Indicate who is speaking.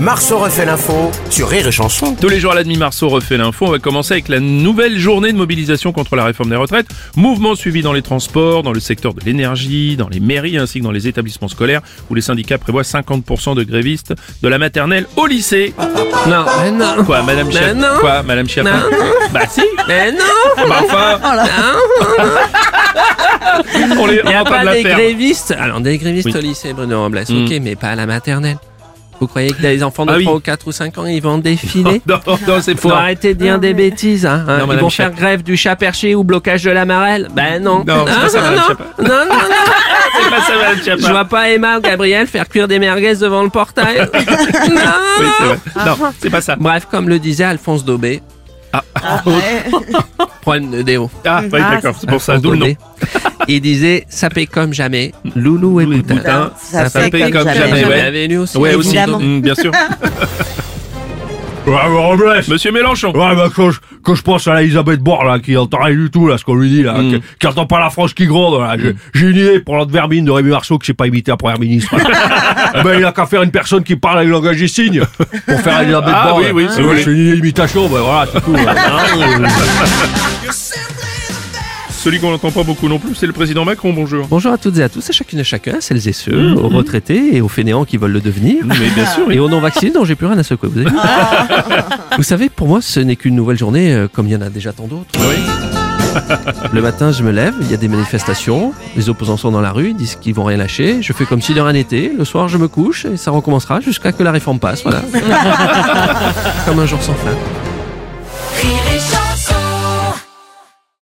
Speaker 1: Marceau refait l'info sur Rire et Chanson.
Speaker 2: Tous les jours à la demi-marceau refait l'info. On va commencer avec la nouvelle journée de mobilisation contre la réforme des retraites. Mouvement suivi dans les transports, dans le secteur de l'énergie, dans les mairies ainsi que dans les établissements scolaires où les syndicats prévoient 50% de grévistes de la maternelle au lycée. Non.
Speaker 3: Mais Ah, non. Ah,
Speaker 2: Quoi, Madame Chiappa
Speaker 3: non.
Speaker 2: Quoi, Madame Chiappa Bah si.
Speaker 3: Mais non.
Speaker 2: Bah enfin. on les
Speaker 3: Il
Speaker 2: on est
Speaker 3: n'y
Speaker 2: en train
Speaker 3: a pas
Speaker 2: de la
Speaker 3: des
Speaker 2: faire.
Speaker 3: grévistes. Alors, des grévistes
Speaker 2: Oui.
Speaker 3: au lycée, Bruno Robles,
Speaker 2: Mm.
Speaker 3: ok, mais pas à la maternelle. Vous croyez que les enfants de
Speaker 2: Ah oui.
Speaker 3: 3 ou 4 ou 5 ans, ils vont défiler
Speaker 2: Non, non, c'est
Speaker 3: Faut
Speaker 2: non.
Speaker 3: arrêter de dire des bêtises, hein, hein.
Speaker 2: Non,
Speaker 3: Ils
Speaker 2: Madame
Speaker 3: vont faire grève du chat perché ou blocage de la marelle Ben non.
Speaker 2: Non, c'est pas ça, Madame
Speaker 3: non,
Speaker 2: Chiappa.
Speaker 3: non, non, non.
Speaker 2: C'est pas ça, Madame Chiappa.
Speaker 3: Je vois pas Emma ou Gabriel faire cuire des merguez devant le portail. non.
Speaker 2: Oui, c'est vrai. Non, c'est pas ça.
Speaker 3: Bref, comme le disait Alphonse Daubé, problème de déo.
Speaker 2: Ah, oui, d'accord, c'est pour ça,
Speaker 3: Alphonse
Speaker 2: d'où le nom.
Speaker 3: Daubé. Il disait ça paie comme jamais, loulou et
Speaker 2: Loulou et
Speaker 3: boutin.
Speaker 2: boutin.
Speaker 4: Ça,
Speaker 2: Ça
Speaker 4: fait
Speaker 2: paye
Speaker 4: comme
Speaker 2: comme
Speaker 4: jamais.
Speaker 2: jamais,
Speaker 3: Vous
Speaker 2: ouais.
Speaker 3: l'avez lu aussi
Speaker 2: Ouais, aussi.
Speaker 4: Évidemment.
Speaker 2: Mm, bien sûr.
Speaker 5: Bravo Robles
Speaker 2: Monsieur Mélenchon.
Speaker 5: Ouais, bah, quand je, quand je pense à la Elisabeth Borne, là, qui n'entend rien du tout, là, ce qu'on lui dit, là,
Speaker 2: Mm.
Speaker 5: qui- qui n'entend pas la France qui gronde, là. J'ai j'ai une idée pour l'autre vermine de Rémi Marceau, que c'est pas imité à Première ministre. Eh ben, il a qu'à faire une personne qui parle avec le langage des signes, pour faire Elisabeth
Speaker 2: Ah,
Speaker 5: Borne.
Speaker 2: oui, oui,
Speaker 5: là.
Speaker 2: si vous voulez.
Speaker 5: C'est une imitation, ben voilà, c'est tout. là.
Speaker 2: Celui qu'on n'entend pas beaucoup non plus, c'est le président Macron, bonjour.
Speaker 3: Bonjour à toutes et à tous, à chacune et chacun, à celles et ceux, aux retraités et aux fainéants qui veulent le devenir.
Speaker 2: Mhm. Mais bien sûr, Ah.
Speaker 3: Et aux non-vaccinés dont j'ai plus rien à secouer, vous avez vu Vous savez, pour moi, ce n'est qu'une nouvelle journée, euh, comme il y en a déjà tant d'autres. Le matin, je me lève, il y a des manifestations, les opposants sont dans la rue, ils disent qu'ils vont rien lâcher, je fais comme si de rien n'était, le soir, je me couche et ça recommencera jusqu'à que la réforme passe, voilà. comme un jour sans fin.